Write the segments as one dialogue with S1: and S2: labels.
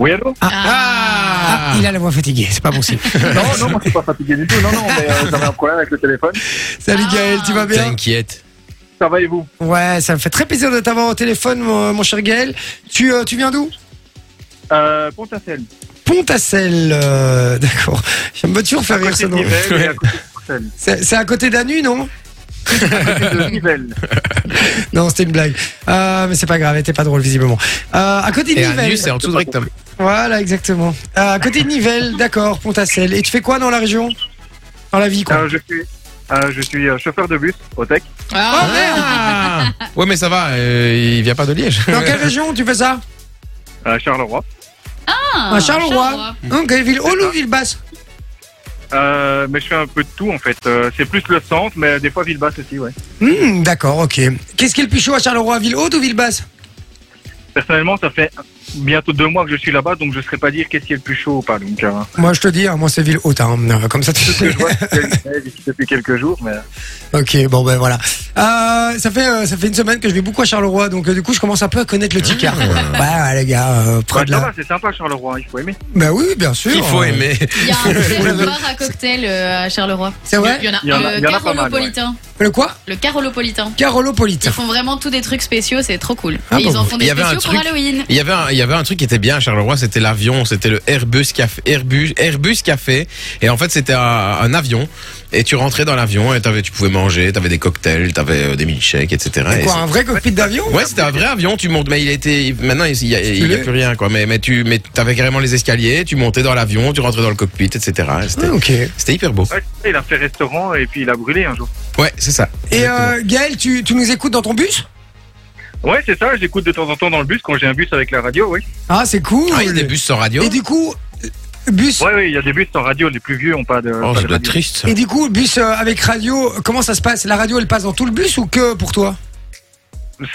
S1: Oui, allô
S2: Ah,
S3: Ah.
S2: ah, il a la voix fatiguée, c'est pas bon signe.
S1: Non, non, moi, je suis pas fatigué du tout. Non, non, mais euh, j'avais un problème avec le téléphone.
S2: Salut Gaël, tu vas bien
S3: T'inquiète.
S1: Ça va et vous
S2: Ouais, ça me fait très plaisir de t'avoir au téléphone, mon, mon cher Gaël. Tu, euh, tu viens d'où
S1: euh, Pontacelle.
S2: pont à euh, d'accord. J'aime me toujours faire
S1: À
S2: rire ce
S1: côté de
S2: nom.
S1: Nivelles et à côté de Bruxelles.
S2: C'est c'est à côté d'Anu, non
S1: À côté de Nivelles.
S2: Non, c'était une blague. Euh, mais c'est pas grave, elle était pas drôle visiblement. Euh, à côté de
S3: Et un
S2: Nivelles.
S3: nu, c'est en dessous de rectum.
S2: Voilà, exactement. Euh, à côté de Nivelles, d'accord, pont à Et tu fais quoi dans la région Dans la vie, quoi.
S1: Euh, je suis, euh, je suis euh, chauffeur de bus au Tech.
S2: Ah, merde
S3: Ah. Ouais, mais ça va, euh, il vient pas de Liège.
S2: Dans quelle région tu fais ça
S1: à Charleroi.
S2: À Charlerrois. Ok, ville haute ou ville basse
S1: Euh, mais je fais un peu de tout en fait. Euh, c'est plus le centre, mais des fois Villebasse aussi, ouais.
S2: Hmm, D'accord, ok. Qu'est-ce qui est le plus chaud à Charleroi Ville haute ou ville basse
S1: Personnellement, ça fait bientôt deux mois que je suis là-bas, donc je ne saurais pas dire qu'est-ce qui est le plus chaud ou pas. Donc, euh,
S2: Moi, je te dis, hein, moi, c'est ville haute. hein. Euh, Comme ça, tu
S1: tout ce que je vois, c'est une neige ici depuis quelques jours, mais
S2: Ok, bon ben voilà. Euh, ça fait euh, ça fait une semaine que je vais beaucoup à Charleroi, donc euh, du coup je commence un peu à connaître le Ticard. Ouais, ouais, les gars, euh, près
S1: Bah,
S2: de
S1: ça
S2: là.
S1: va, c'est sympa Charleroi, il faut aimer.
S2: Bah oui, bien sûr.
S3: Il faut
S2: Euh,
S3: aimer.
S4: Il y a un très bar à cocktail euh, à Charleroi.
S2: C'est vrai
S4: Il y en a,
S1: Il y en a-
S4: le
S1: il y en a pas mal,
S4: Carolopolitain.
S2: Euh, Le quoi
S4: Le Carolopolitain.
S2: Carolopolitain.
S4: Ils font vraiment tous des trucs spéciaux, c'est trop cool.
S2: Ah
S4: Et ils
S2: bon.
S4: en font
S3: Il
S4: des
S3: y avait un
S4: spéciaux
S3: truc-
S4: pour
S2: Ah,
S4: Halloween.
S3: Il y, avait un, il y avait un truc qui était bien à Charleroi, c'était l'avion, c'était le Airbus Café. Airbus, Airbus Café. Et en fait, c'était un, un avion. Et tu rentrais dans l'avion et t'avais- tu pouvais manger, t'avais des cocktails, t'avais euh, des milkshakes, etc.
S2: C'est
S3: Et
S2: Quoi, hein un vrai cockpit d'avion
S3: c'est- ouais, c'était un vrai avion, tu montes, mais il a été, maintenant, il y a, il y a plus rien, quoi. Mais, mais tu, mais t'avais carrément les escaliers, tu montais dans l'avion, tu rentrais dans le cockpit, etc. Et C'était,
S2: Ah, Ok. Et
S3: c'était hyper beau.
S1: Ouais, tu sais, il a fait restaurant et puis il a brûlé un jour.
S3: Ouais, c'est ça. Exactement.
S2: euh, Gaël, tu, tu nous écoutes dans ton bus
S1: Ouais, c'est ça, j'écoute de temps en temps dans le bus quand j'ai un bus avec la radio, oui.
S2: Ah, c'est cool.
S3: Ah, il y a des bus sans radio.
S2: Et du coup, euh, bus.
S1: Ouais, oui, il y a des bus sans radio, les plus vieux ont pas de.
S3: Oh,
S1: pas
S3: ça
S1: de
S3: doit être
S1: radio.
S3: triste. ça.
S2: Et du coup, bus euh, avec radio, comment ça se passe La radio, elle passe dans tout le bus ou que pour toi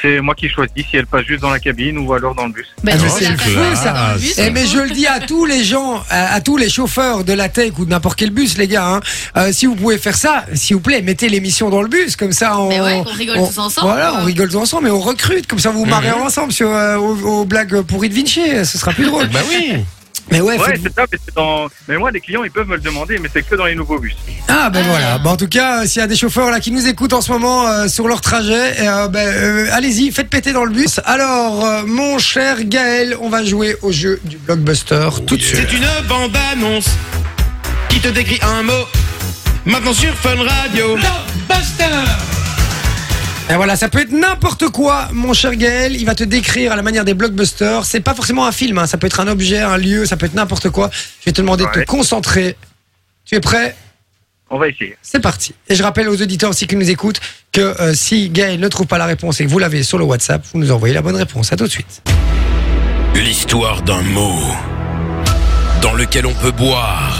S1: C'est moi qui choisis si elle passe juste dans la cabine ou alors dans le bus.
S4: Bah,
S2: Ah,
S4: tu
S2: mais
S4: vois,
S2: c'est
S4: la
S2: le
S4: personne
S2: feu,
S4: qui
S2: ça.
S4: est dans le bus,
S2: Eh
S4: c'est
S2: mais
S4: cool.
S2: je le dis à tous les gens, à, à tous les chauffeurs de la tech ou de n'importe quel bus, les gars, hein, euh, si vous pouvez faire ça, s'il vous plaît, mettez l'émission dans le bus, comme ça on,
S4: Mais ouais, qu'on rigole
S2: on-
S4: tous ensemble,
S2: Voilà,
S4: quoi.
S2: on rigole tous ensemble, mais on recrute, comme ça vous vous marrez ensemble sur, euh, aux, aux blagues pourries de Vinci, euh, ce sera plus drôle.
S3: Bah oui.
S2: mais ouais,
S1: Ouais,
S2: faites-
S1: c'est ça, mais c'est dans. Mais moi, les clients, ils peuvent me le demander, mais c'est que dans les nouveaux bus.
S2: ah ben
S4: Ah.
S2: voilà. Bah, en tout cas, euh, s'il y a des chauffeurs là qui nous écoutent en ce moment euh, sur leur trajet, euh, ben, euh, allez-y, faites péter dans le bus. Alors, euh, mon cher Gaël, on va jouer au jeu du blockbuster tout de suite.
S3: Euh.
S5: C'est une bande-annonce qui te décrit un mot. Maintenant sur Fun Radio.
S2: Et voilà, ça peut être n'importe quoi, mon cher Gaël. Il va te décrire à la manière des blockbusters. C'est pas forcément un film, hein. ça peut être un objet, un lieu, ça peut être n'importe quoi. Je vais te demander de
S1: Ouais.
S2: te concentrer. Tu es prêt
S1: On va essayer.
S2: C'est parti. Et je rappelle aux auditeurs aussi qui nous écoutent que euh, si Gaël ne trouve pas la réponse et que vous l'avez sur le WhatsApp, vous nous envoyez la bonne réponse. À tout de suite.
S5: L'histoire d'un mot dans lequel on peut boire,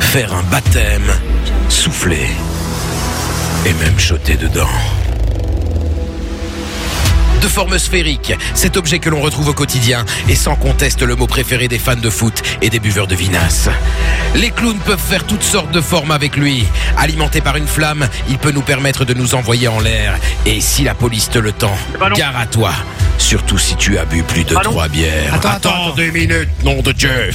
S5: faire un baptême, souffler et même jeter dedans.
S3: De forme sphérique, cet objet que l'on retrouve au quotidien est sans conteste le mot préféré des fans de foot et des buveurs de vinasse. Les clowns peuvent faire toutes sortes de formes avec lui. Alimenté par une flamme, il peut nous permettre de nous envoyer en l'air. Et si la police te le tend,
S1: ballon.
S3: gare à toi. Surtout si tu as bu plus de
S1: Ballon.
S3: trois bières.
S2: Attends, attends, attends.
S3: deux minutes, nom de Dieu.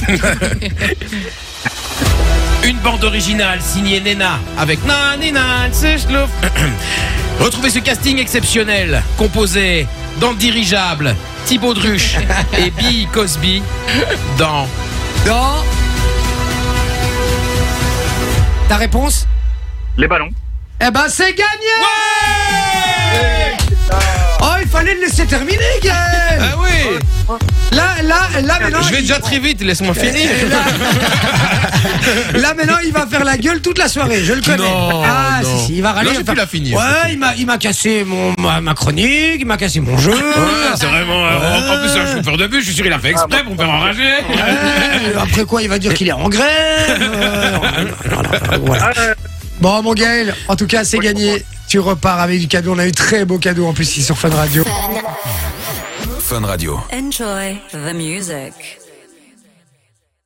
S3: Une bande originale signée Nena avec Na Nena Tseschlouf. Retrouvez ce casting exceptionnel composé dans Dirigeable, Thibaut Druche et Bill Cosby dans
S2: Dans. Ta réponse
S1: Les ballons.
S2: Eh ben, c'est gagné Oh, il fallait le laisser terminer, Gaël
S3: Ah oui
S2: Là, là, là, maintenant.
S3: Je vais
S2: il-
S3: déjà très vite, laisse-moi finir.
S2: Et là- Là maintenant il va faire la gueule toute la soirée, je le connais.
S3: Non,
S2: ah
S3: non.
S2: si si, il va râler.
S3: Là, j'ai
S2: il va
S3: pu
S2: faire-
S3: la finir, cette
S2: Ouais, il m'a il m'a cassé mon ma, ma chronique, il m'a cassé mon jeu.
S3: Ouais, c'est vraiment. euh, En en plus, c'est un chauffeur de bus, je suis sûr, il a fait exprès pour me faire enrager.
S2: Ouais, après quoi il va dire qu'il est en grève. euh, non, non, non, non, voilà.
S1: Ah, euh,
S2: Bon mon Gaël, en tout cas c'est
S1: Oui, pour moi.
S2: gagné. Tu repars avec du cadeau, on a eu très beau cadeau en plus ici sur Fun Radio.
S5: Fun Radio.
S6: Enjoy the music.